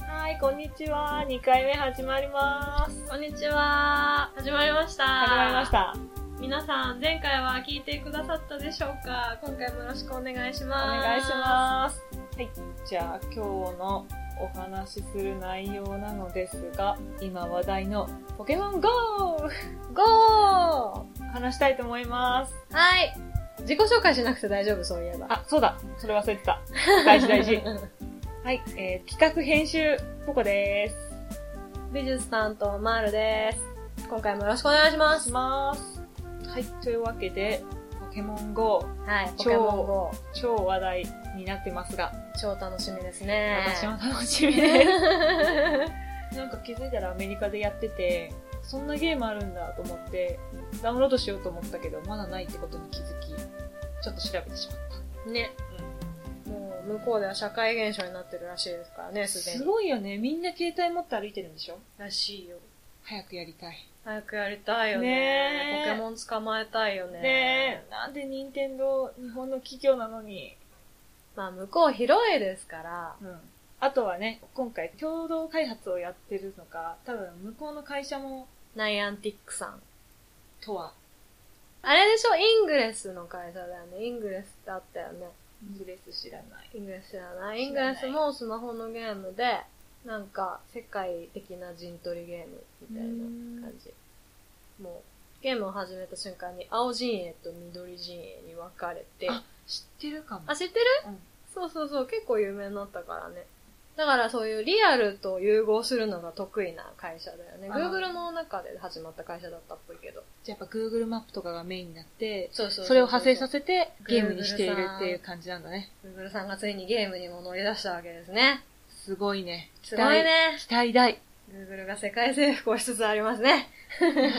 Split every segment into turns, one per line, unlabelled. はい、こんにちは。2回目始まります。
こんにちは。始まりました。
始まりまし。た。
皆さん、前回は聞いてくださったでしょうか今回もよろしくお願いし
お
ます。
願いします。はい、じゃあ今日のお話しする内容なのですが、今話題のポケモン GO!
す。ゴ
話したいと思います。
ーはい。自己紹介しなくて大丈夫、そういえば。
あ、そうだ。それ忘れてた。大事大事。
う
はい、えー、企画編集、ポコでーす。
ん 美術担当、マールです。今回もよろしくお願いしま
し
す。
ます。はい、というわけで、ポケモン GO
はい、
超
ポケモン GO。
超話題になってますが、
超楽しみですね。
私も楽しみです。なんか気づいたらアメリカでやってて、そんなゲームあるんだと思って、ダウンロードしようと思ったけど、まだないってことに気づき、ちょっと調べてしまっ
ね。もう、向こうでは社会現象になってるらしいですからね、
た。
す
す
でに。
ごいよね。みんな携帯持って歩いてるんでしょ
らしいよ。
早くやりたい。
早くやりたいよね
ねえ
ポケモン捕まえたいよね
ねえ、なんで任天堂日本の企業なのに。
まあ向こう広いですから
うん。あとはね、今回共同開発をやってるのか、多分向こうの会社も、
ナイアンティックさん
とは、
あれでしょイングレスの会社だよねイングレスってあったよね
イングレス知らない。
イングレス知らないイングレスもスマホのゲームでなんか世界的な陣取りゲームみたいな感じもうゲームを始めた瞬間に青陣営と緑陣営に分かれて
あ知ってるかも。
あ、知ってる、
うん
そうそうそう、結構有名になったからね。だからそういうリアルと融合するのが得意な会社だよね。
あー
Google の中で始まった会社だったっぽいけど。
じゃあやっぱ Google マップとかがメインになって、
そうそ
それを派生さ
て。
せてゲー
ゲー
ム
ム
に
に
し
してて
い
い
る
る
っ
ってて
い
いうう
感じなんだね。
Google さんがついにゲームにも乗り出したわけですね。
すごいね。
すごいね。
期待大。
Google が世界征服をしつつありますね。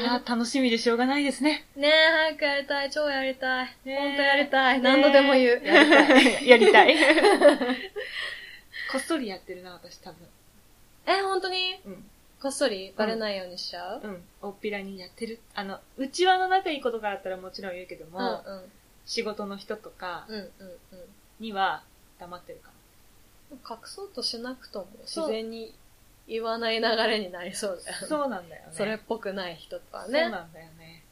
あー楽しみでしょうがないです ね。
ねえ、早くやりたい。超やりたい。
ねえ
ほんとやりたい。何度でも言う。
やりたい。やりたい。 こっそりやってるな、私多分。
え、本当に
うん。
こっそりバレないようにしちゃう、
うん。大っぴらにやってる。あの、うちわの仲いいことがあったらもちろん言うけど
う
も、
ん、うん
仕事の人とか
うんうんうん。
には黙ってるかも。
隠そうとしなくとも
そう
自然に言わない流れになりそうだよね。そ
そうなんだよね。
れっぽくない人とか
そうな
ね
ん。だよね。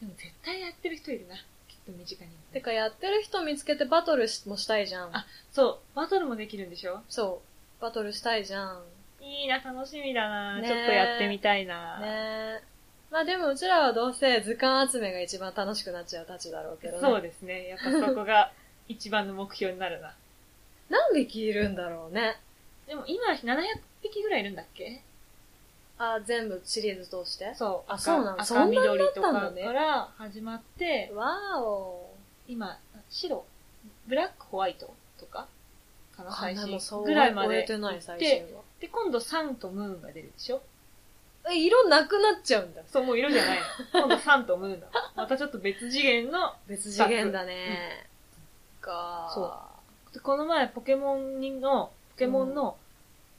でも絶対やってる人いるな。きっと身近に。
てかやってる人見つけてバトルしもしたいじゃん。
あそう、バトルもできるんでしょ
そう。バトルしたいじゃん。
いいな、楽しみだな。
ね
ちょっとやってみたいな。
ねえ。まあでもうちらはどうせ図鑑集めが一番楽しくなっちゃうたちだろうけどね。
そうですね。やっぱそこが 一番の目標になるな。
何匹いるんだろうね。
でも今700匹ぐらいいるんだっけ
あ、全部シリーズ通して。
そう。
あ
赤
そうなのそん
赤
なになったんだね
緑とかから始まって、
わーお。
今、白、ブラック、ホワイトとかかな最
あんなもうそ
新
う
ぐらいま
超え
で
てな
行
い
っ
最
て、
新は。
で、今度サンとムーンが出るでしょ
え、色なくなっちゃうんだ。
そう、もう色じゃない の。今度サンとムーンだ。またちょっと別次元の、
別次元だね。か
そうでこの前ポケモン人の、ポケモンの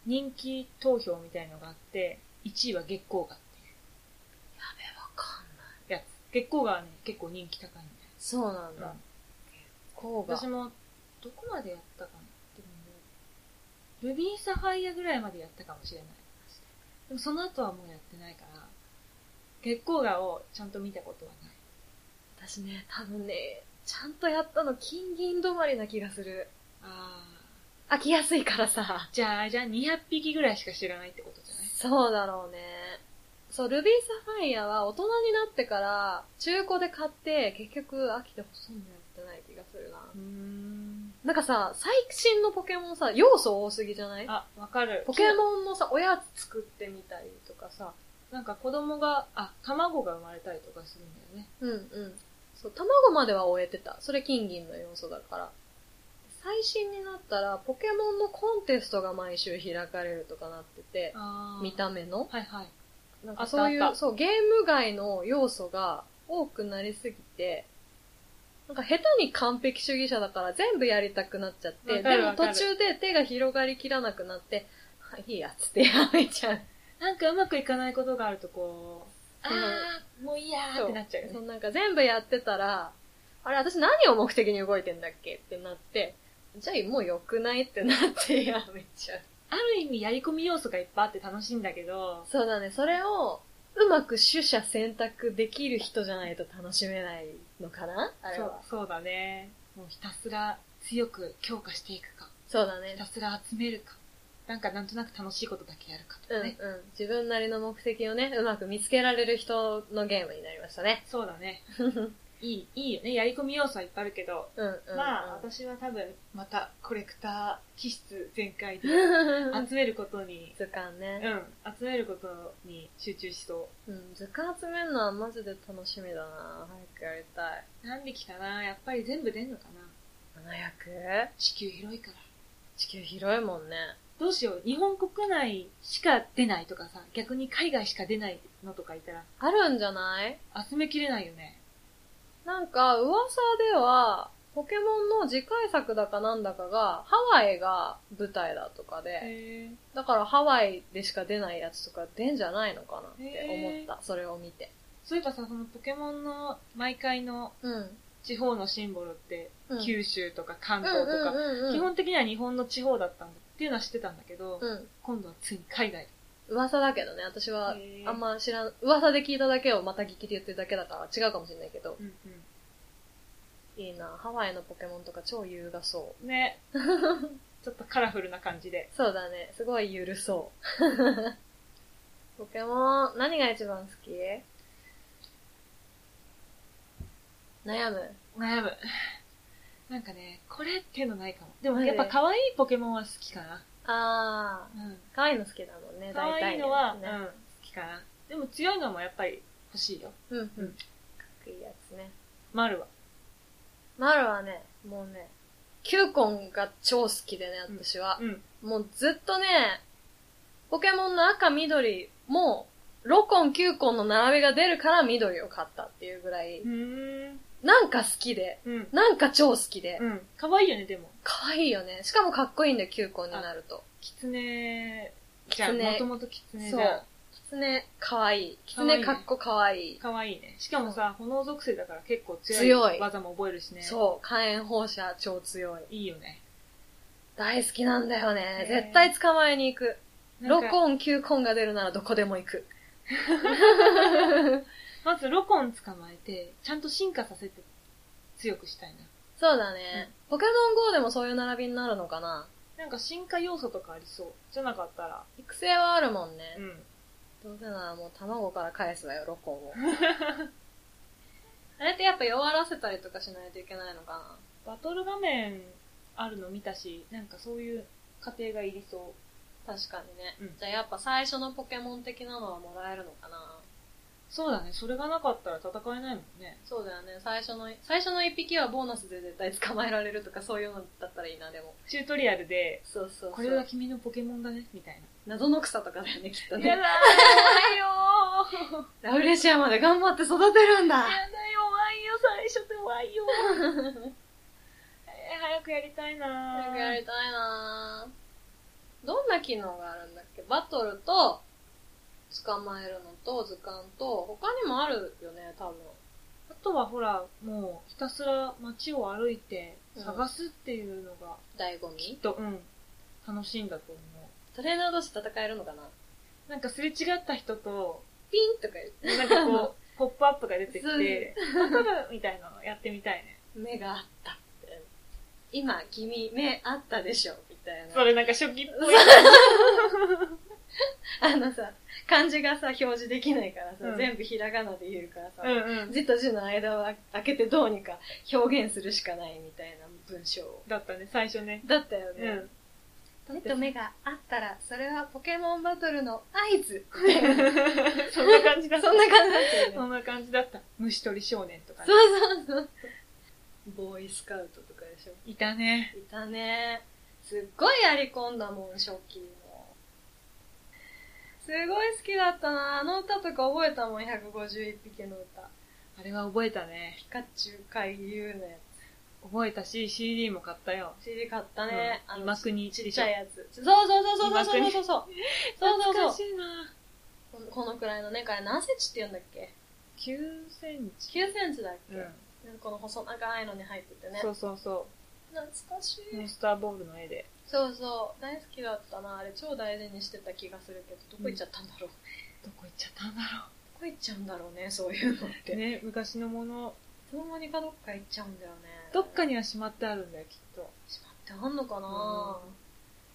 人気投票みたいのがあって、1位は月光がっていう。
わかんな
や
い。
つ。月光がね、結構人気高いん
そうなん
だよ
だ。。こうが
私。も、どこまでやったかなでもねルビーサファイアぐらいまでやったかもしれない。でもその後はもうやってないから、月光がをちゃんと見たことはない。
私ね、多分ね、ちゃんとやったの金銀止まりな気がする。
あ
飽きやすいからさ。
ー。じゃあ、じゃあ200匹ぐらいしか知らないってことじゃない
そうだろうね。そう、ルビーサファイアは大人になってから、中古で買って、結局飽きてほとんどやってない気がするな。
うーん。
なんかさ、最新のポケモンさ、要素多すぎじゃない
あ、わかる。
ポケモンのさ、おやつ作ってみたりとかさ、
なんか子供が、あ、卵が生まれたりとかするんだよね。
うんうん。そう、卵までは終えてた。それ金銀の要素だから。最新になったら、ポケモンのコンテストが毎週開かれるとかなってて、
あ
見た目の。
はいはい。
なん
あっ
か
た
そうい
あった
う、そう、ゲーム外の要素が多くなりすぎて、なんか下手に完璧主義者だから全部やりたくなっちゃっ
わ
て、
か
で
る
も
わかる
途中で手が広がりきらなくなって、あいいやつってやめちゃう。
なんかうまくいかないことがあるとこう、
そう
あー、もういいやーってなっちゃうよ
そ
ね。
うなんか全部やってたら、あれ、私何を目的に動いてんだっけってなって、じゃあもう良くないってなってやめちゃう。
ある意味やり込み要素がいっぱいあって楽しいんだけど、
そうだね、それをうまく取捨選択できる人じゃないと楽しめないのかなあれ
そう
は。
そうだね。もうひたすら強く強化していくか、
そうだ
ひ
ね
た。すら集めるか、なんかなんとなく楽しいことだけやるかと
うんう
か
ん
ね。。
自分なりの目的をね、うまく見つけられる人のゲームになりましたね。
そうだ ね。
うん
いい、いいよね。やり込み要素はいっぱいあるけど、
うんうん。
まあ、 私は多分、またコレクター気質全開 で、
あ
集めることに、
図鑑
う
ね。
ん、集めることに集中しそ
うん、図鑑集めるのはマジで楽しみだな早くやりたい。
う。何匹かなやっぱり全部出んのかな
700?
地球広いから。
地球広いもんね。
どうしよう、日本国内しか出ないとかさ、逆に海外しか出ないのとかいたら、
あるんじゃない
集めきれないよね。
なんか、噂では、ポケモンの次回作だかなんだかが、ハワイが舞台だとかで、
へえ。
だからハワイでしか出ないやつとか出んじゃないのかなって思った。それを見て。
そういえばさ、そのポケモンの毎回の
うん。
地方のシンボルって、
うん
九州とか関東とか、
うんうんうんうん
基本的には日本の地方だったんだっていうのは知ってたんだけど、
うん。
今度はついに海外。
噂だけどね、私は
へー
あんま知らん、噂で聞いただけをまた聞きで言ってるだけだから違うかもしれないけど
う、ん
いいなハワイのポケモンとか超優雅そ
うん。ね。 ちょっとカラフルな感じで。
う。そうだね、すごいゆるそう。 ポケモン、何が一番好き悩む。
悩む。なんかね、これっていうのないかも。でも
はい
やっぱ可愛いポケモンは好きかな。
あ
うん。
ー、可愛いの好きだもんね、
可
大体、ね。
愛いのは、
ね
うん、好きかな。でも強いのもやっぱり欲しいよ。
うん、うん、
うん
かっこいいやつね。
マルは。
マルはね、もうね、キューコンが超好きでね、私は。
うん。
もうずっとね、ポケモンの赤、緑も、ロコン、キューコンの並びが出るから緑を買ったっていうぐらい、
うん。
なんか好きで、
うん。
なんか超好きで、
うん。可愛いよね、でも。
可愛いよね。しかもかっこいいんだよ、キューコンになると。
キツネじゃん。
狐
もともとキツネじ
そ
ゃん
う。。キツネ可愛い。キツ
可愛い
ネ
ね
かっこ可愛い。
可愛いね。しかもさ、炎属性だから結構強い。
強い
技も覚えるしね。う。
そう、火炎放射超強い。
いいよね。
大好きなんだよね。
へー
絶対捕まえに行く。
なん
ロ
か
コン、キューコンが出るならどこでも行く。
まずロコン捕まえて、ちゃんと進化させて強くしたいな。
そうだね。ポケモン GO でもそういう並びになるのかな
なんか進化要素とかありそう。じゃなかったら。
育成はあるもんね。
うん。
どうせならもう卵から返すわよ、ロコンを。 あれってやっぱ弱らせたりとかしないといけないのか
バトル画面あるの見たし、なんかそういう過程がいりそ
な確かにね。
うん
じゃあやっぱ最初のポケモン的なのはもらえるのかな
う。そうだね。それがなかったら戦えないもんね。
そうだよね。最初の、最初の一匹はボーナスで絶対捕まえられるとかそういうのだったらいいな、でも。
チュートリアルで、
そうそうそう。
これは君のポケモンだね、みたい
謎の草とかだよね、きっと
な。や
ね。
だー弱いよー
ラウレシアまで頑張って育てるん だ
やだ弱いよ、最初って弱いよー えー早くやりたいなー
早くやりたいなぁ。どんな機能があるんだっけバトルと、捕まえるのと、図鑑と、他にもあるよね、多分。
あとはほら、もうひたすら街を歩いて探すっていうのが、
醍醐
きっ
味。
と、うん、楽しいんだと思
トレーナー同士戦えるのかな
う。なんかすれ違った人と、
ピンとか言って。
なんか こう、ポップアップが出てき
そう
て、わかるみたいなのやってみたいね。
目があったって。今、君、目あったでしょみたい
そ
な。
れなんか初期っぽい。
あのさ、漢字がさ、表示できないからさ、
うん
全部ひらがなで言うからさ、
うんうん。
字と字の間を開けてどうにか表現するしかないみたいな文章を。
だったね、最初ね。
だったよ
う
ね。
ん。
目と目があったら、それはポケモンバトルの合図
そんな感じだった。
そんな感じだったよね。
そんな感じだった。虫取り少年とかね。
そうそうそう。ボーイスカウトとかでしょ。
いたね。
いたね。すっごいやり込んだもん、初期も。すごい好きだったな。あの歌とか覚えたもん、151匹の歌。
あれは覚えたね。
ピカチュウ海流のや
覚えたし、CD も買ったよ。
つ。CD 買ったね。
うん
あの
今国
ち
一
っ
で
ち
し
ゃ
ょ
い。やつ。そうそうそうそうそうそうそうそう。そうそう
懐か
そ
しいな
う。このくらいのね、あれ何センチって言うんだっけ
9センチ。
?9 センチだっけ、
うん。
なんかこの細長いのに入っててね。
そうそうそ
懐かし
う。
い。
モンスターボールの絵で。
そうそう。大好きだったな。あれ超大事にしてた気がするけど、どこ行っちゃったんだろう。ど
どこ行っちゃったんだろ
こ行っちゃうんだろうね、そういうのって。
う。ね、昔のもの、
いつの間にかどっか行っちゃうんだよね。
どっかにはしまってあるんだよ、きっと。
しまってあんのかな、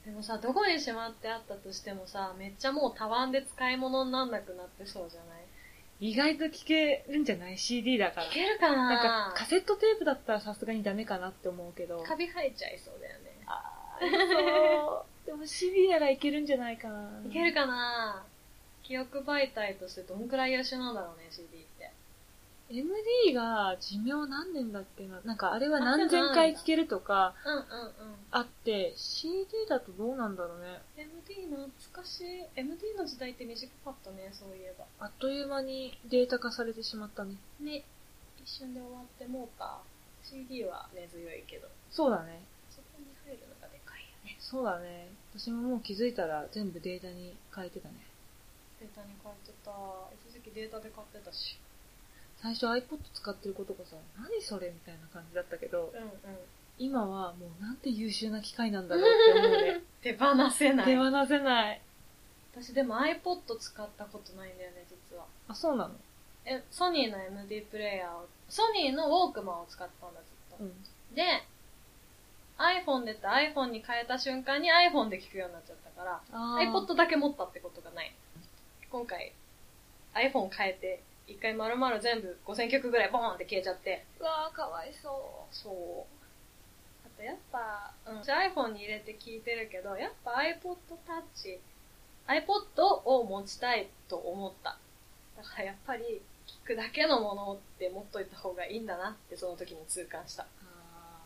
でもさ、どこにしまってあったとしてもさ、めっちゃもうたわんで使い物になんなくなってそうじゃない
意外と聞けるんじゃない ?CD だから
い。けるかな
なんか、カセットテープだったらさすがにダメかなって思うけど。
カビ生えちゃいそうだよね。
そう。でも CD ならいけるんじゃないかな。
いけるかな記憶媒体としてどんくらい優秀なんだろうね、CD って。
MD が寿命何年だっけななんかあれは何千回聞けるとか
うんうんうん。
あって、CD だとどうなんだろうね。
MD 懐かしい。MD の時代って短かったね、そういえば。
あっという間にデータ化されてしまったね。
ね。一瞬で終わってもうか。CD は根強いけど。
そうだね。
そこに入るのがでかいよね。
そうだね。私ももう気づいたら全部データに変えてたね。
データに書いてた。一時期データで買ってたし。
最初 iPod 使ってることがさ、何それみたいな感じだったけど
う、んうん。
今はもうなんて優秀な機械なんだろうって思うね。
手放せな
手
い。
放せない。
私でも iPod 使ったことないんだよね、実は。
あ、そうなの
え、ソニーの MD プレイヤーを、ソニーのウォークマンを使ってたんだ、ずっと。
うん。
で、iPhone でって iPhone に変えた瞬間に iPhone で聞くようになっちゃったから、
あー
iPod だけ持ったってことがない。今回、iPhone 変えて、一回丸々全部5000曲ぐらいボーンって消えちゃって。
うわー、かわいそう。
そう。あとやっぱ、うん、じゃあ iPhone に入れて聞いてるけど、やっぱ iPod Touch、iPod を持ちたいと思った。だからやっぱり、聞くだけのものって持っといた方がいいんだなってその時に痛感した。
あ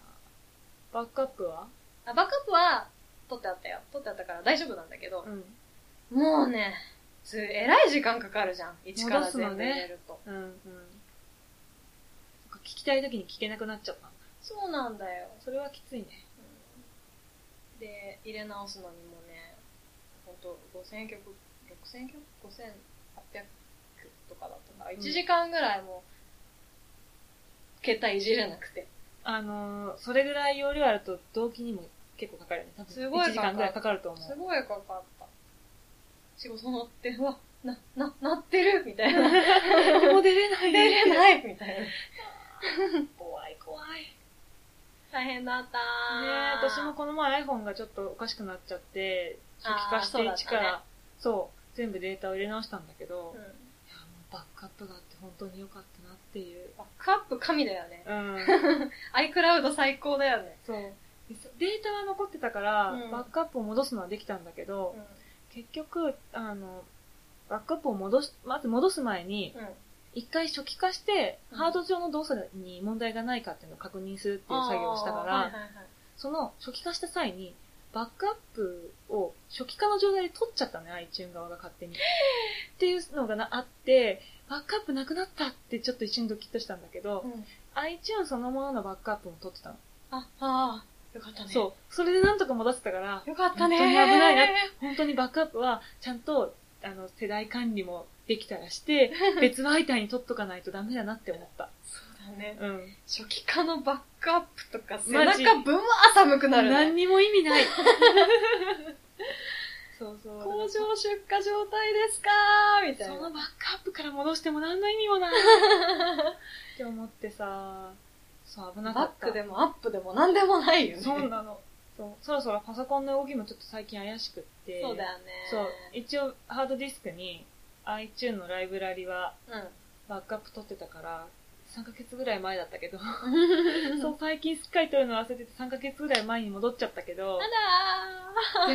ーバックアップは
あ、バックアップは、取ってあったよ。取ってあったから大丈夫なんだけど、
ん。
もうね、すえらい時間かかるじゃん。一から
戻すの
全部
ね
入れると。
うんうん。そっか聞きたい時に聞けなくなっちゃったんだ。
そうなんだよ。
それはきついね。
で、入れ直すのにもね、ほんと、5000曲、6000曲 ?5800 とかだったから、
ん
1時間ぐらいもう、携帯いじれなくて。
あのー、それぐらい容量あると動機にも結構かかるよね。多分
すごい
1時間ぐらいかかると思
す
う。
ごいかかった。仕事乗って、うわ、な、な、なってるみたいな。
ど
出
こも出れない。
れ
い。
ないみたいな。
怖い怖い。ね
大変だったー
え私もこの前 iPhone がちょっとおかしくなっちゃって、初期化し
あーそう
て
だった
一
ね
から、そう、全部データを入れ直したんだけど、
う
い
ん
やもうバックアップがあって本当に良かったなっていう。
バックアップ神だよね。
うん。
iCloud 最高だよね。
そう。でそデータは残ってたから、
うん
バックアップを戻すのはできたんだけど、
うん。
結局、あの、バックアップを戻し、まず戻す前に、
うん。
一回初期化して、
うん
ハード上の動作に問題がないかっていうのを確認するっていう作業をしたか
あーはい
ら、
はいはい
その初期化した際に、バックアップを初期化の状態で取っちゃったね、iTune 側が勝 手に。っていうのがなあって、バックアップなくなったってちょっと一瞬ドキッとしたんだけど、
うん。
iTune そのもののバックアップも取ってたの。
あ、ああ、よかったね。
そう。それでなんとか戻せたから、
よかったね。
本当に危ないな本当にバックアップはちゃんとあの世代管理もできたら して、別媒体に取っとかないとダメだなって思った。
そうだね。
うん。
初期化のバックアップとか背
マジ
中ぶわー寒くなる
何
ね。
にも意味 ない。そうそう。
工場出荷状態ですかーみたい
そのバ
な。
ックアップから戻しても何の意味もない。って思ってさ、そう危なか
バ
った。
ックでもアップでも何でもないよね。
そうなの。そうそろそろパソコンの動きもちょっと最近怪しくって。
そうだよね。
そう。一応ハードディスクに iTune のライブラリはバックアップ取ってたから、3ヶ月ぐらい前だったけ ど、
うん。
そう最近すっかり取るの忘れてて3ヶ月ぐらい前に戻っちゃったけ ど
あ、らー
で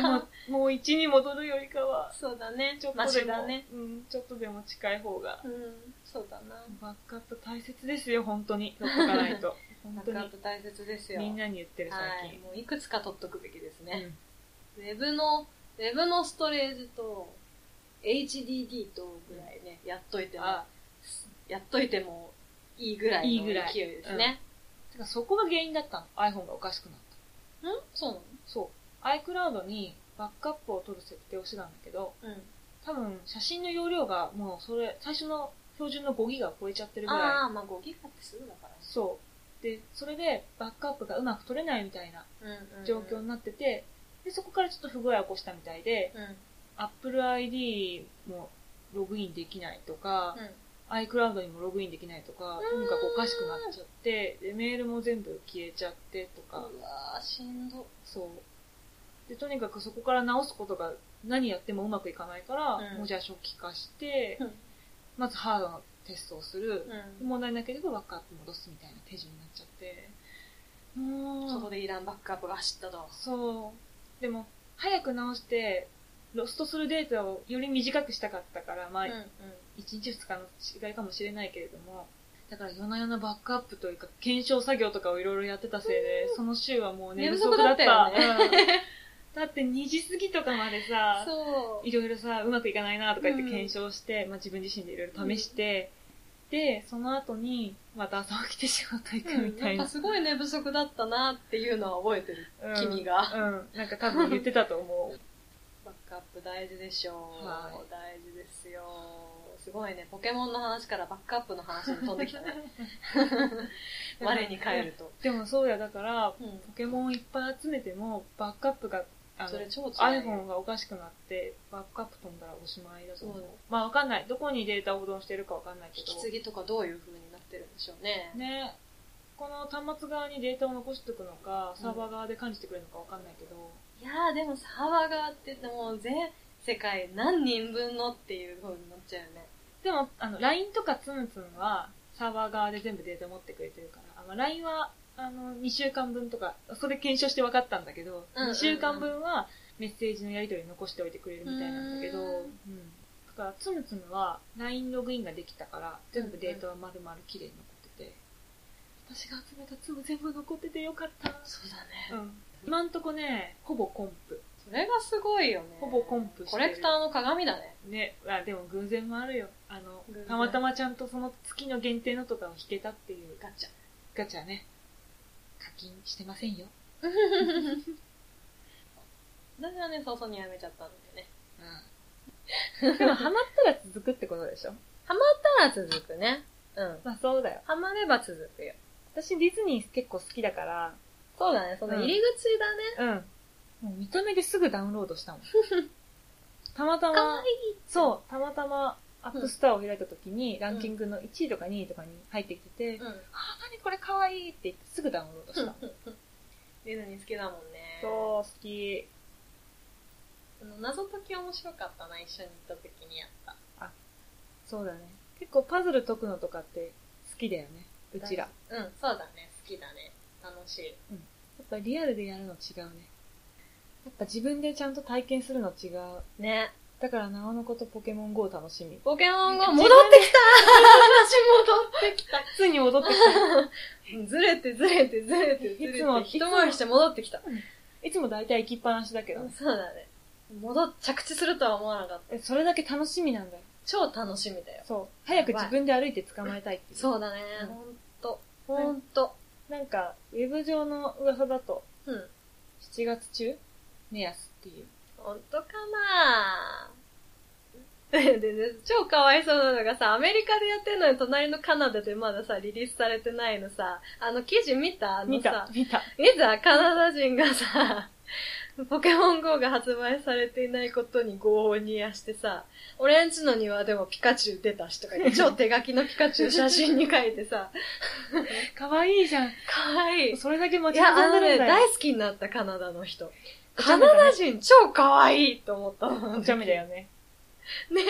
も、もう1に戻るよりかは、
そうだね。
ちょっ
マ
とで
シ
も、
だね。
うん、ちょっとでも近い方が
う。ん。そうだな。
バックアップ大切ですよ、本当に。取っとかないと。 本
バ
当
ックアッ
に。
プ大切ですよ。
みんなに言ってる、
は
最
い。
近。
もういくつか取っとくべきですね。
うん
ウェブの、ウェブのストレージと、HDD とぐらいね、やっといても、
あ、
やっといてもいいぐらい
い
の
いぐらい
勢いですね。
てかそこが原因だったの。iPhone がおかしくなった。
うんそう
そう。iCloud にバックアップを取る設定をしてたんだけど、
なの
多分写真の容量がもうそれ、最初の標準の5ギガ超えちゃってるぐらい。
ああ、まあ5ギガってすぐだからね。
そう。で、それでバックアップがうまく取れないみたいな
うん
状況になってて、で、そこからちょっと不具合を起こしたみたいで、
うん。うん。
Apple ID もログインできないとか、iCloud にもログインできないとか、とにかくおかしくなっちゃって、で、メールも全部消えちゃってとか、
うわーしんど。
そう。で、とにかくそこから直すことが何やってもうまくいかないから、
うん
もうじゃあ初期化して、
うん
まずハードのテストをする、
うん。
問題なければバックアップ戻すみたいな手順になっちゃって。
そ
も
こ
う、
でイランバックアップが走ったと。
そう。でも、早く直して、ロストするデータをより短くしたかったから、まあ、
うん
1
うん。
日2日の違いかもしれないけれども、だから夜な夜なバックアップというか、検証作業とかをいろいろやってたせいで、その週はもう寝不足だった。
寝不足だった よ
うんだって2時過ぎとかまでさ、
そ
いろいろさ、うまくいかないなとか言って
うん
検証して、まあ自分自身でいろいろ試して、で、その後に、また朝起きて仕事行くみたい
なん
な。
かすごい寝不足だったなっていうのは覚えてる。
うん
君が。
うん。なんか多分言ってたと思う。
バックアップ大事でしょう。
は
大事ですよ。すごいね、ポケモンの話からバックアップの話に飛んでき たね。我に返ると。
でもそうや、だから、
うん。
ポケモンいっぱい集めても、バックアップが、あ
それ
の、
超辛い。
iPhone がおかしくなって、バックアップ飛んだらおしまいだと思う。
そうだ
まあわかんない。どこにデータを保存してるかわかんないけ
引
ど。
き継ぎとかどういう風になってるんでしょうね。
ねこの端末側にデータを残しておくのか、
うん
サーバー側で管理してくれるのかわかんないけど、
いやーでもサーバーがあっててもう全世界何人分のっていう風になっちゃうよね。
でも、あの、LINE とかツンツンは、サーバー側で全部データ持ってくれてるから、あまあ LINE は、あの、2週間分とか、それ検証して分かったんだけど、
うんうんうん
2週間分はメッセージのやり取り残しておいてくれるみたいなんだけど、
う
うんん。だから、ツンツンは LINE ログインができたから、全部データは丸々きれいに残ってて、私が集めたツム全部残っててよかった。
そうだ
う
ね。
ん。今んとこね、ほぼコンプ。
それがすごいよね。
ほぼコンプしてる
コレクターの鏡だね。
ね、あでも偶然もあるよ。あの
偶然、
たまたまちゃんとその月の限定のとかを引けたっていう
ガチャ。
ガチャね。課金してませんよ。
私はね、早々にやめちゃったんでね。
うん。で も、ハマったら続くってことでしょ
ただ続くね。う ん。
まあそうだよ。
ハマれば続くよ。
私ディズニー結構好きだから、
そうだね、その入り口だね。
うん。もう見た目ですぐダウンロード したもん。たまた
かわ
ま、そう、たまたまアップストアを開いた時に、ランキングの1位とか2位とかに入ってきてて、
いい。うん。
あ、何これ可愛いって言ってすぐダウンロードした。
ディズニー好きだもんね。
そう、好き。
あの謎解き面白かったな、一緒に行った時にやった。
そうだね。結構パズル解くのとかって好きだよね。うちら。や
うん、そうだね、好きだね。楽しい。
っぱリアルでやるの違うね。やっぱ自分でちゃんと体験するの違う。
ね。
だからなおのことポケモン GO を楽しみ。
ポケモン GO
戻
戻
っ
ってきた私戻ってきた
ついに戻ってきた。
ずれてずれてずれてずれて。
いつも
一回りして戻ってきた。
いつも大体行きっぱなしだけどね、
そうだね。戻っ、着地するとは思わなかった。
えそれだけ楽しみなんだよ。
超楽しみだよ。
そう。早く自分で歩いて捕まえたいっていう。
そうだね。
うん
ほんと。ほんと。
なんか、ウェブ上の噂だと、
うん。
7月中目安っていう。
ほんとかな ででで超かわいそうなのがさ、アメリカでやってんのに隣のカナダでまださ、リリースされてないのさ、あの記事見たあのさ、
見た、見た。
いざカナダ人がさ、ポケモン GO が発売されていないことに合を煮やしてさ、俺んちの庭でもピカチュウ出たしとか 言って、超手書きのピカチュウ写真に書いてさ、
かわいいじゃん。
かわいい。い
それだけ待ち
や、あ
望んで
の
る
ね、
んだよ。
大好きになったカナダの人。
お
カ
茶目
ナ
だね
ダ人超かわいいと思ったの。
お茶目だよね。
ね。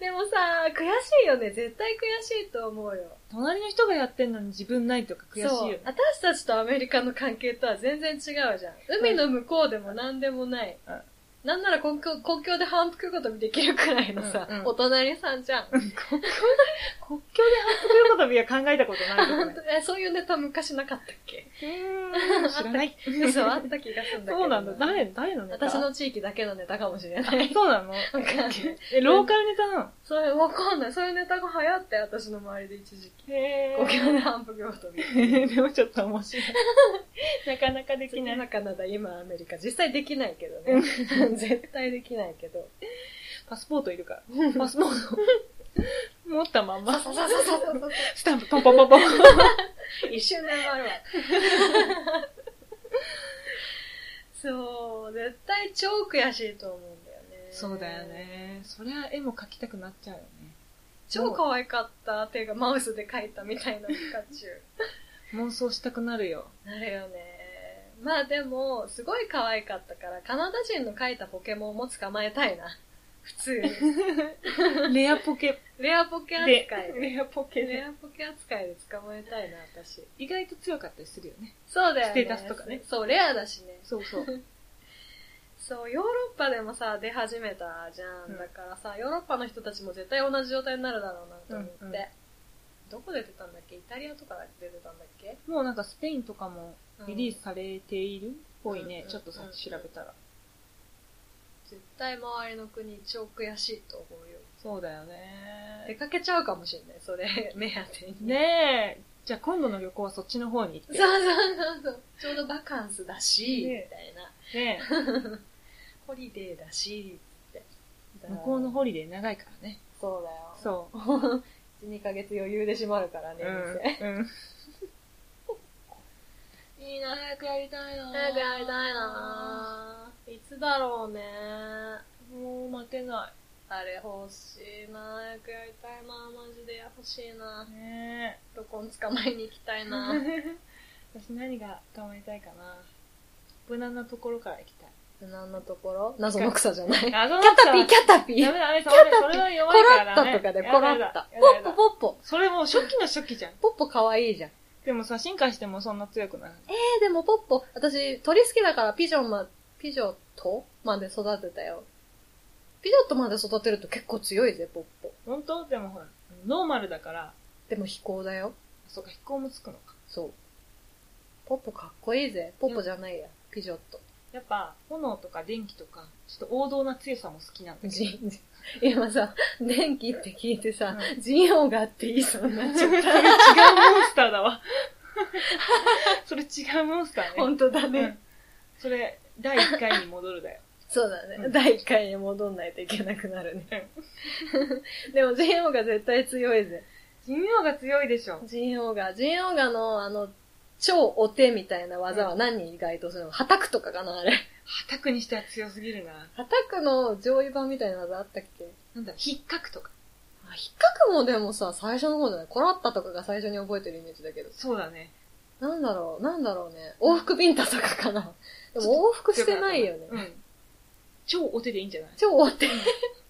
でもさ、悔しいよね。絶対悔しいと思うよ。
隣の人がやってんのに自分ないとか悔しいよ
そう
ね。
私たちとアメリカの関係とは全然違うじゃん。海の向こうでも何でもない。
うん
なんなら国境国境で反復ことできるくらいのさ、
うんうん
お隣さんじゃん。
国境で反復横跳びは考えたことないけど
本
ね
当。えそういうネタ昔なかったっけ
うーん 知らない。
嘘あった気がするんだけど。
そうなんだ。誰、 誰のネタ
私の地域だけのネタかもしれ
あ
ない。
そうなの
わかんない
え、ローカルネタな の
それわかんない。そういうネタが流行って、私の周りで一時期。
へ
国境で反復ごとに。
ー。でもちょっと面白い。なかなかできな
今
い。
カナダ、今アメリカ。実際できないけどね。絶対できないけど。
パスポートいるから。パスポート。持ったまんま、
そうそうそうそうそう。
スタンプポンポンポンポン。
一瞬で上がるわ。そう、絶対超悔しいと思うんだよね。
そうだよ。ね。そりゃ絵も描きたくなっちゃうよね。
超可愛かった手がマウスで描いたみたいなピカチュウ。
妄想したくなるよ。
なるよね。まあでも、すごい可愛かったから、カナダ人の描いたポケモンも捕まえたいな。普通に。
レアポケ。
レアポケ扱いで。
レアポケ
レ
で。
アポケ扱いで捕まえたいな、私。
意外と強かったりするよね。
そうだよね。
ステータスとかね
そう、レアだしね。
そうそう。
そう、ヨーロッパでもさ、出始めたじゃん。
うん
だからさ、ヨーロッパの人たちも絶対同じ状態になるだろうなと思って。
うんうん
どこで出てたんだっけイタリアとかで出てたんだっけ
もうなんかスペインとかもリリース
ス。
されているっぽいね
う。ん
ちょっとさっき調べたら。
絶対周りの国超悔しいと思うよ。
そうだよ
出
ね。
かけちゃうかもしれない、それ、 目当てに。
ねえ。じゃあ今度の旅行はそっちの方に行
そ
っ
うそうそうそう。ちょうどバカンスだし、
ね
みたいな。
て。ねえ。
ホリデーだし、って。
向こうのホリデー長いからね。
そうだよ。。
そう
1、2ヶ月余裕で閉まるからね、
う。
店。
ん。 うん
いいな、早くやりたいな
早
早
く
く
や
や
り
り
た
た
いな
いなぁ。いつだろうね。
もう待てな。
あれ欲しいな早くやりたいなマジで欲しいない
ね
どこに捕まえに行きたい
え。
な
私何が捕まえたいかな。無難なところから行きたい。
無難なところ謎の草じゃない。キャ
あ、そ
タピー、キャタピ
ダ
ー。
メだ、ダメだ、俺それは
コ
弱いから
ロッ
ダ
タ
メ。
とかで
や
コロ
だや
ッ
だ
タ。
やだやだ
ポッポポッポ。
それもう初期の初期じゃん。
ポッポ可愛いじゃん。
でもさ、進化してもそんな強くない。
えー、でもポッポ、私鳥好きだからピジョンま、ピジョットまで育てたよ。ピジョットまで育てると結構強いぜ、ポッポ。
本当でもほら、ノーマルだから、
でも飛行だよ。
そうか、飛行もつくのか。
そう。ポッポかっこいいぜ。ポッポじゃないや。ピジョット。
やっぱ、炎とか電気とか、ちょっと王道な強さも好きなんだけど。
ジン、 今さ、電気って聞いてさ、
う
ジンオウがあっていいそうになっち
そ
ゃっ
れ違うモンスターだ わ。それ違うモンスタ
た。
ーね。
本当だね。
うんそれ、第1回に戻るだよ。
そうだね。
うん
第1回に戻んないといけなくなるね。 でもジンオウが絶対強いぜ。
寿命が強いでしょ。
ジンオウが、ジンオウがのあの、超お手みたいな技は何に該当するのはたくとかかなあれ。
はたくにしては強すぎるな。
はたくの上位版みたいな技あったっけ
なんだ、引っかくとか。
あ、ひっかくもでもさ、最初の方じゃないコラッタとかが最初に覚えてるイメージだけど。
そうだね。
なんだろう、なんだろうね。往復ビンタとかかな。でも往復してないよね。
うん。超お手でいいんじゃない
超終わって。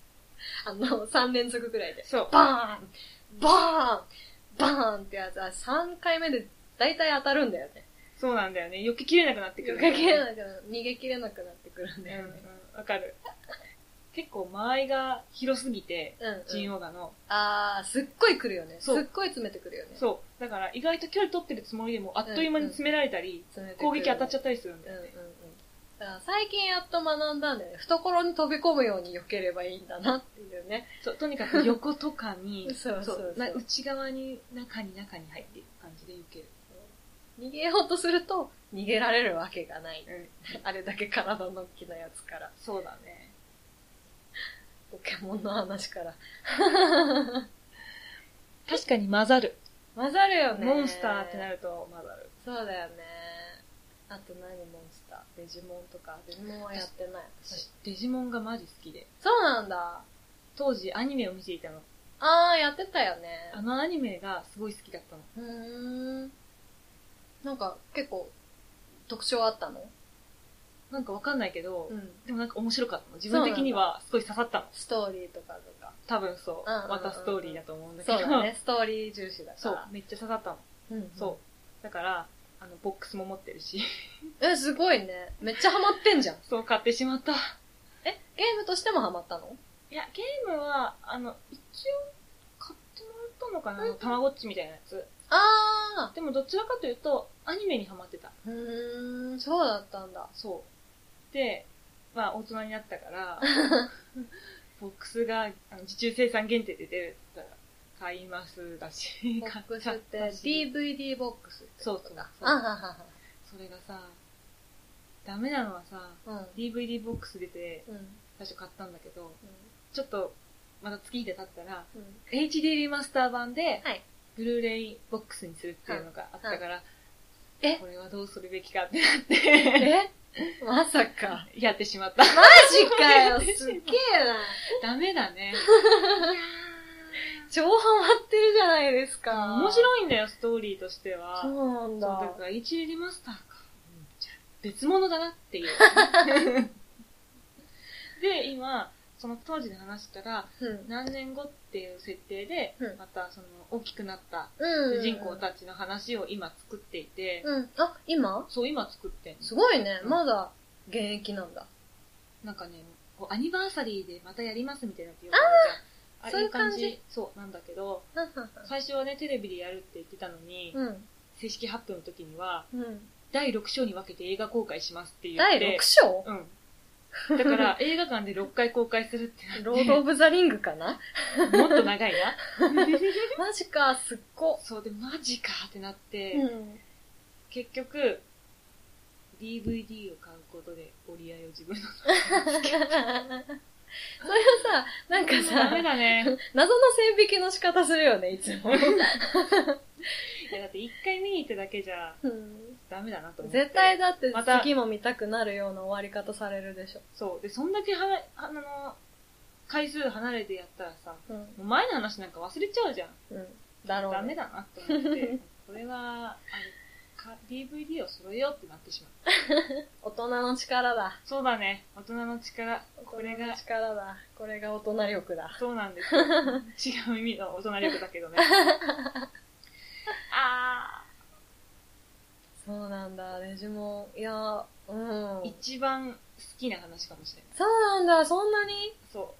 あの、3連続くらいで。
そう。
バーンバーンバーンってやつ、あ3回目で大体当たるんだよね。
そうなんだよね。避けきれなくなってく
逃
る。
げ切れなくなる、逃げ切れなくなってくるんだ
う
よ
ん
ね。
うんわかる。結構間合いが広すぎて、
うん、うん。
ジンオウガの。
あー、すっごい来るよね。す
そ
っ
う
ごい詰めてくるよね。
そう。だから意外と距離取ってるつもりでも、あっという間に詰められたり、
詰めてくる
攻撃当たっちゃったりするん
う
だ
んう
よ
んうん
ね。。
だから最近やっと学んだんだよね。懐に飛び込むように避ければいいんだなっていうね。
そう、とにかく横とかに、
そうそうそう
な内側に、中に中に入っていく感じで避ける。
逃げようとすると、逃げられるわけがない。あれだけ体の大きなやつから。
そうだね。
ポケモンの話から。
確かに混ざる。
混ざるよね。
モンスターってなると混ざる。
そうだよね。あと何モンスターデジモンとか。デジモンはやってない。私
私、デジモンがマジ好きで。
そうなんだ。
当時アニメを見ていたの。
あー、やってたよね
あ。のアニメがすごい好きだったの。
うーん。なんか、結構、特徴あったの
なんかわかんないけど、
ん。
でもなんか面白かったの。自分的にはすごい刺さったの。
ストーリーとかとか。
多分そう。
うんうんうん
またストーリーだと思うんだけ
そ
ど。
うだね。ストーリー重視だ か
そう
ら。
めっちゃ刺さったの。
そう。うん、
そう。だから、あの、ボックスも持ってるし。
うん。え、すごいね。めっちゃハマってんじゃん。
そう、買ってしまった。
え、ゲームとしてもハマったの
いや、ゲームは、あの、一応、買ってもらったのかなあのたまごっちみたいなやつ。
あ
でもどちらかというと、アニメにハマってた。
ー。うーん、そうだったんだ。
そう。で、まあ、大人になった から、ボックスがあの受注生産限定で出るって言ったら、買いますだし、
ボックス
買
っ
っち
て
ゃたし
DVD ボックスってこと
そうそう
か。
そう
あははは。
それがさ、ダメなのはさ、
うん。
DVD ボックス出て
うん。
最初買ったんだけど、ちょっとまた月で経ったら、
うん
HD リマスター版で、
はい
ブルーレイボックスにするっていうのがあったから、
いえ
これはどうするべきかってなって、
まさか。
やってしまった。
マジかよ、すっげえな。
ダメだ ね。
超ハマってるじゃないですか。
面
い。
白いんだよ、ストーリーとしては。
そうなん
そうだ
だ
か。ら HD リマスターか。じゃあ別物だなっていう。 で、今、その当時で話したら、
うん。
何年後っていう設定で
う、ん
またその大きくなった
う
主人公たちの話を今作っていて、
うん。あ、今
そう今作ってんの
すごいね。まだ現役なんだ。
なんかね、こうアニバーサリーでまたやりますみたいなって言われて
あー
あ
そういう感じ
そう、なんだけど、最初はね、テレビでやるって言ってたのに、
うん。
正式発表の時には、
うん。
第6章に分けて映画公開しますって言って。
第6章
うん。だから、映画館で6回公開するって
ロード・オブ・ザ・リングかな
もっと長いな。
マジか、すっご。
そうで、マジかってなって、
うん。
結局、DVD を買うことで折り合いを自分の。
それはさ、なんか
ダ
さ、
メだね。
謎の線引きの仕方するよね、いつも。
いや、だって一回見に行っただけじゃダメだなと思って。
絶対だって
また
次も見たくなるような終わり方されるでしょ。
そう。で、そんだけはな、あの、回数離れてやったらさ、
うん。
もう前の話なんか忘れちゃうじゃん。
うん。だろう、ね。
ダメだなと思って、 これは、あのか DVD を揃えようってなってしまう。
大人の力だ。
そうだね。大人の力。こ
大
れ
人の
が、
力だ。これが大人力だ。
そうなんですよ。 違う意味の大人力だけどね。 あ
そうなんだ、レジも。いや、うん
ー、。一番好きな話かもしれない。
そうなんだ、そんなに
そ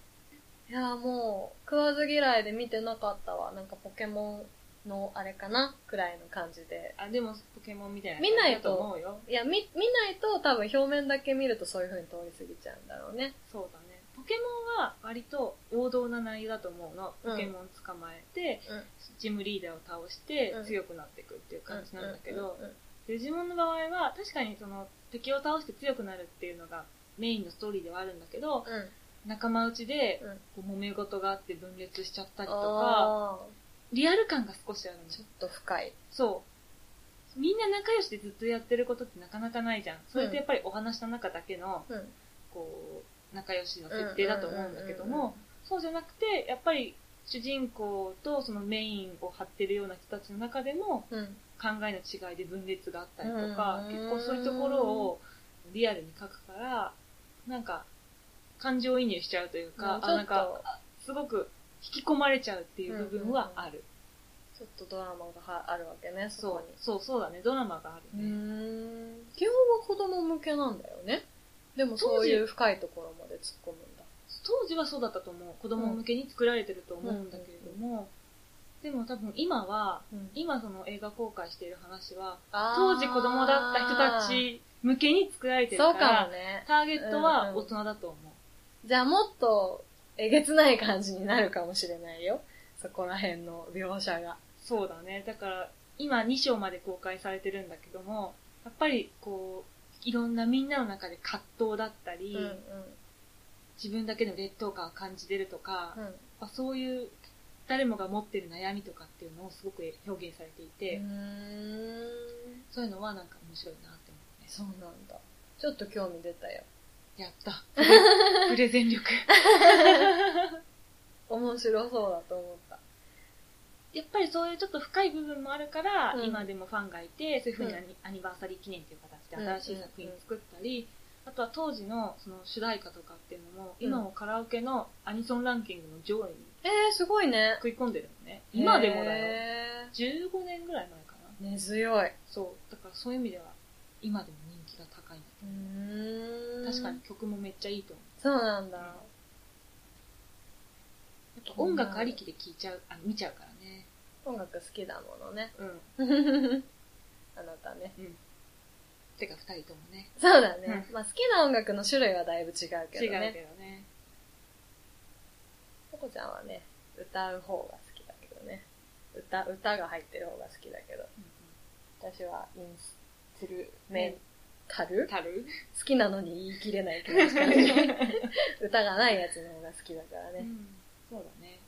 いや、もう、食わず嫌いで見てなかったわ。なんかポケモンのあれかなくらいの感じで
う。。あ、でも、ポケモンみたいな。
見ないと
と思うよ。
いや、見、見ないと多分表面だけ見るとそういう風に通り過ぎちゃうんだろうね。
そうだね。ポケモンは割と王道な内容だと思うの。
うん
ポケモン捕まえて、
うん
ジムリーダーを倒して
うん
強くなっていくっていう感じなんだけど、
うんうん
デジモンの場合は確かにその敵を倒して強くなるっていうのがメインのストーリーではあるんだけど、
うん。うん
仲間内で
うん
こう揉め事があって分裂しちゃったりとか、
あ
リアル感が少しあるの
ーちょっと深い。
そう。みんな仲良しでずっとやってることってなかなかないじゃん。それってやっぱりお話の中だけの、
うん。
こう、仲良しの設定だと思うんだけど
うんうんうんう
も、そうじゃなくて、やっぱり主人公とそのメインを張ってるような人たちの中でも、
うん。
考えの違いで分裂があったりとか、
うん
結構そういうところをリアルに書くから、なんか、感情移入しちゃうというか、
もうち
あ
ょ
な
っ
んか、
と、
すごく引き込まれちゃうっていう部分はある。
ちょっとドラマがはあるわけね、そ
そ
こ
う、そう、そうだね、ドラマがある
に。う
ね。
ーん。基本は子供向けなんだよね。でもそういう深いところまで突っ込むんだ。
当時はそうだったと思う。子供向けに作られてると思うんだけれども、でも多分今は、
うん
今その映画公開している話は、
あー
当時子供だった人たち向けに作られてるか
そうかも
ら、
ね。
ターゲットは大人だと思う。
じゃあもっとえげつない感じになるかもしれないよ。そこら辺の描写が。
そうだね。だから、今2章まで公開されてるんだけども、やっぱりこう、いろんなみんなの中で葛藤だったり、
うん
自分だけの劣等感を感じてるとか、
う
やっ
ん
ぱそういう誰もが持ってる悩みとかっていうのをすごく表現されていて、
うーん
そういうのはなんか面白いなって思うね。
そうなんだ。ちょっと興味出たよ。
やった。プレゼン力。
面白そうだと思った。
やっぱりそういうちょっと深い部分もあるから、
うん
今でもファンがいて、そういうふうにアニ,、バーサリー記念という形で新しい作品作ったり、あとは当時のその主題歌とかっていうのも、
うん
今もカラオケのアニソンランキングの上位に
えー、すごいね。
食い込んでるのね。今でもだよ。
へ
15年ぐらい前かな。
ー根強い。う
そう。だからそういう意味では、今でも人気が高いんだ。
ーん
確かに。曲もめっちゃいいと思う。
そうなんだ。
やっぱ音楽ありきで聴いちゃう、あ見ちゃうからね。
音楽好きだもの ね。
うん。
あなたね。
うん。てか二人ともね。
そうだね。まあ好きな音楽の種類はだいぶ違うけ
違うけ
どね。
どね。
ポコちゃんはね、歌う方が好きだけどね。歌、歌が入ってる方が好きだけど。
うん
私はインストルメンタル、
タ ル
好きなのに言い切れない気持ちがある歌がないやつの方が好きだからね。
うんそうだね。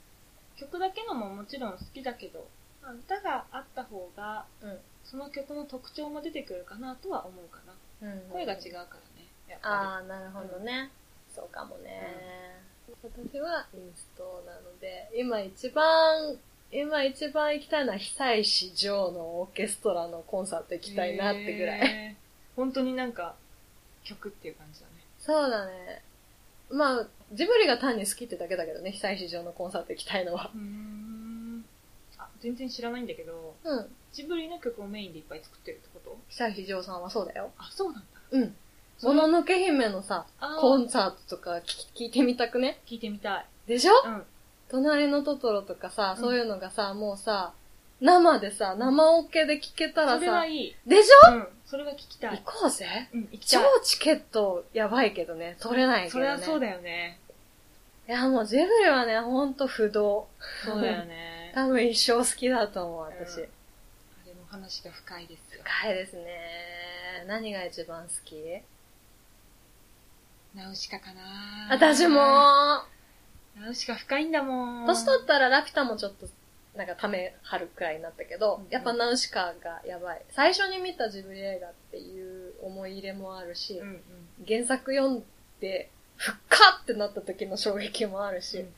曲だけのももちろん好きだけど、まあ歌があった方が、
うん
その曲の特徴も出てくるかなとは思うかな。
うん
声が違うからね。やっぱ
ああ、なるほどね。そうかもね。私はインストなので、今一番、今一番行きたいのは久石譲のオーケストラのコンサート行
り。
きたいなってぐらい。
い。本当になんか、曲っていう感じだね。
そうだね。まあ、ジブリが単に好きってだけだけどね、久石譲のコンサート行きたいのは。
うーん。あ、全然知らないんだけど、
うん。
ジブリの曲をメインでいっぱい作ってるってこと
久石譲さんはそうだよ。
あ、そうなんだ。
うん。も
そ
の
の、
のけ姫のさ、
あ
コ
ー
ンサートとか聞き聞いてみたくね
聞いてみたい。
でしょ
うん。
隣のトトロとかさ、
うん
そういうのがさ、もうさ、生でさ、生オケで聴けたら
それは
さ、
いい。
でし
うん。それは聞き
ょ
た
行
い。
こうぜ
うん、行き
超
たい。
チケットやばいけどね、取れないけ
そ
どね
れ。はそうだよ ね。
いや、もうジブリはね、ほんと不動。
そうだよね。あ
多分一生好きだと思う、私。
うんれも話が深いですよ。
深いですね。何が一番好き
ナウシカかな
私も、
ナウシカ深いんだもん。
年取ったらラピュタもちょっと、なんかためはるくらいになったけど
う、ん
やっぱナウシカがやばい。最初に見たジブリ映画っていう思い入れもあるし、
うんうん。
原作読んで、ふっかってなった時の衝撃もあるし、
うんうん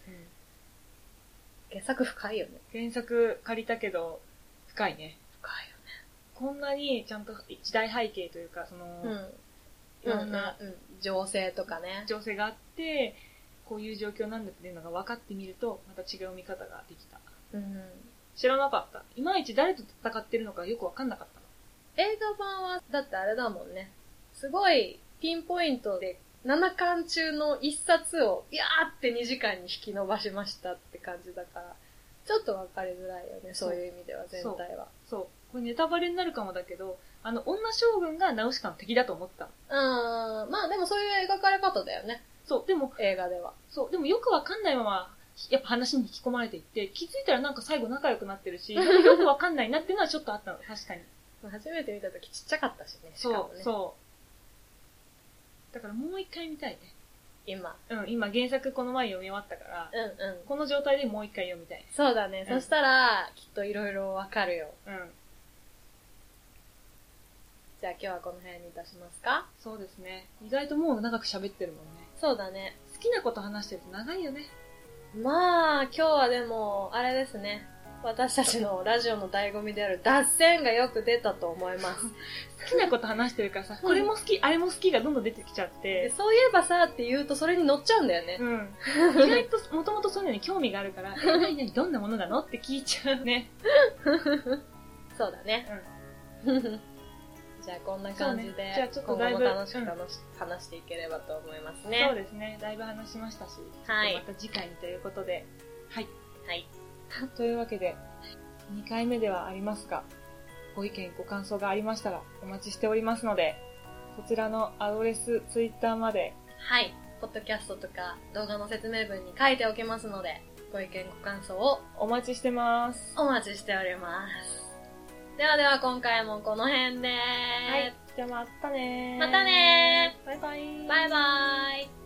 原作深いよね。
原作借りたけど、深いね。
深
こんなにちゃんと時代背景というか、その、
いよね。
いろんな、
うん、情勢とかね。
情勢があって、こういう状況なんだっていうのが分かってみると、また違う見方ができた。
うん
知らなかった。いまいち誰と戦ってるのかよく分かんなかった。
映画版は、だってあれだもんね。すごい、ピンポイントで、7巻中の1冊を、ビャーって2時間に引き伸ばしましたって感じだから、ちょっとわかりづらいよね、
そう
そういう意味では、全体は。
そう。これネタバレになるかもだけど、あの、女将軍がナウシカの敵だと思った。
うん、まあでもそういう描かれ方だよね、
そう。でも、
映画では。
そう。でもよくわかんないまま、やっぱ話に引き込まれていって、気づいたらなんか最後仲良くなってる し、なんかよくわかんないなっていうのはちょっとあったの。確かに。
まあ初めて見た時ちっちゃかったしね、しか
そ
も
う、
ね。
そう。だからもう一回見たいね。
今。
うん、今原作この前読み終わったから、
うんうん。
この状態でもう一回読みたい。
そうだね。
うん
そしたら、きっといろいろわかるよ。
うん。
じゃあ今日はこの辺にいたしますか
そうですね。意外ともう長く喋ってるもんね。
そうだね。
好きなこと話してると長いよね。
まあ、今日はでも、あれですね。私たちのラジオの醍醐味である脱線がよく出たと思い ます。
好きなこと話してるからさ、これも好き、あれも好きがどんどん出てきちゃっ
で
て、
そういえばさって言うとそれに乗っちゃうんだよね。
うん。意外と、もともとそういうのに興味がある から、え何々どんなものなのって聞いちゃうね。
そうだね。 じゃあこんな感じ
そう
で
ね、じゃあちょっ
今
と
後
だい
も
ぶ
楽しく
うん
楽し話していければと思います
そう
ね。
ですね。だいぶ話しましたし、
はい
また次回にということで。はい。
はい。
というわけで、2回目ではありますが、ご意見、ご感想がありましたらお待ちしておりますので、こちらのアドレス、ツイッターまで、
はい。ポッドキャストとか動画の説明文に書いておきますので、ご意見ご感想を
お待ちしてます。
お待ちしております。ではでは今回もこの辺で、
はい。じゃあまたねー
またね
バイバイ
バイバイ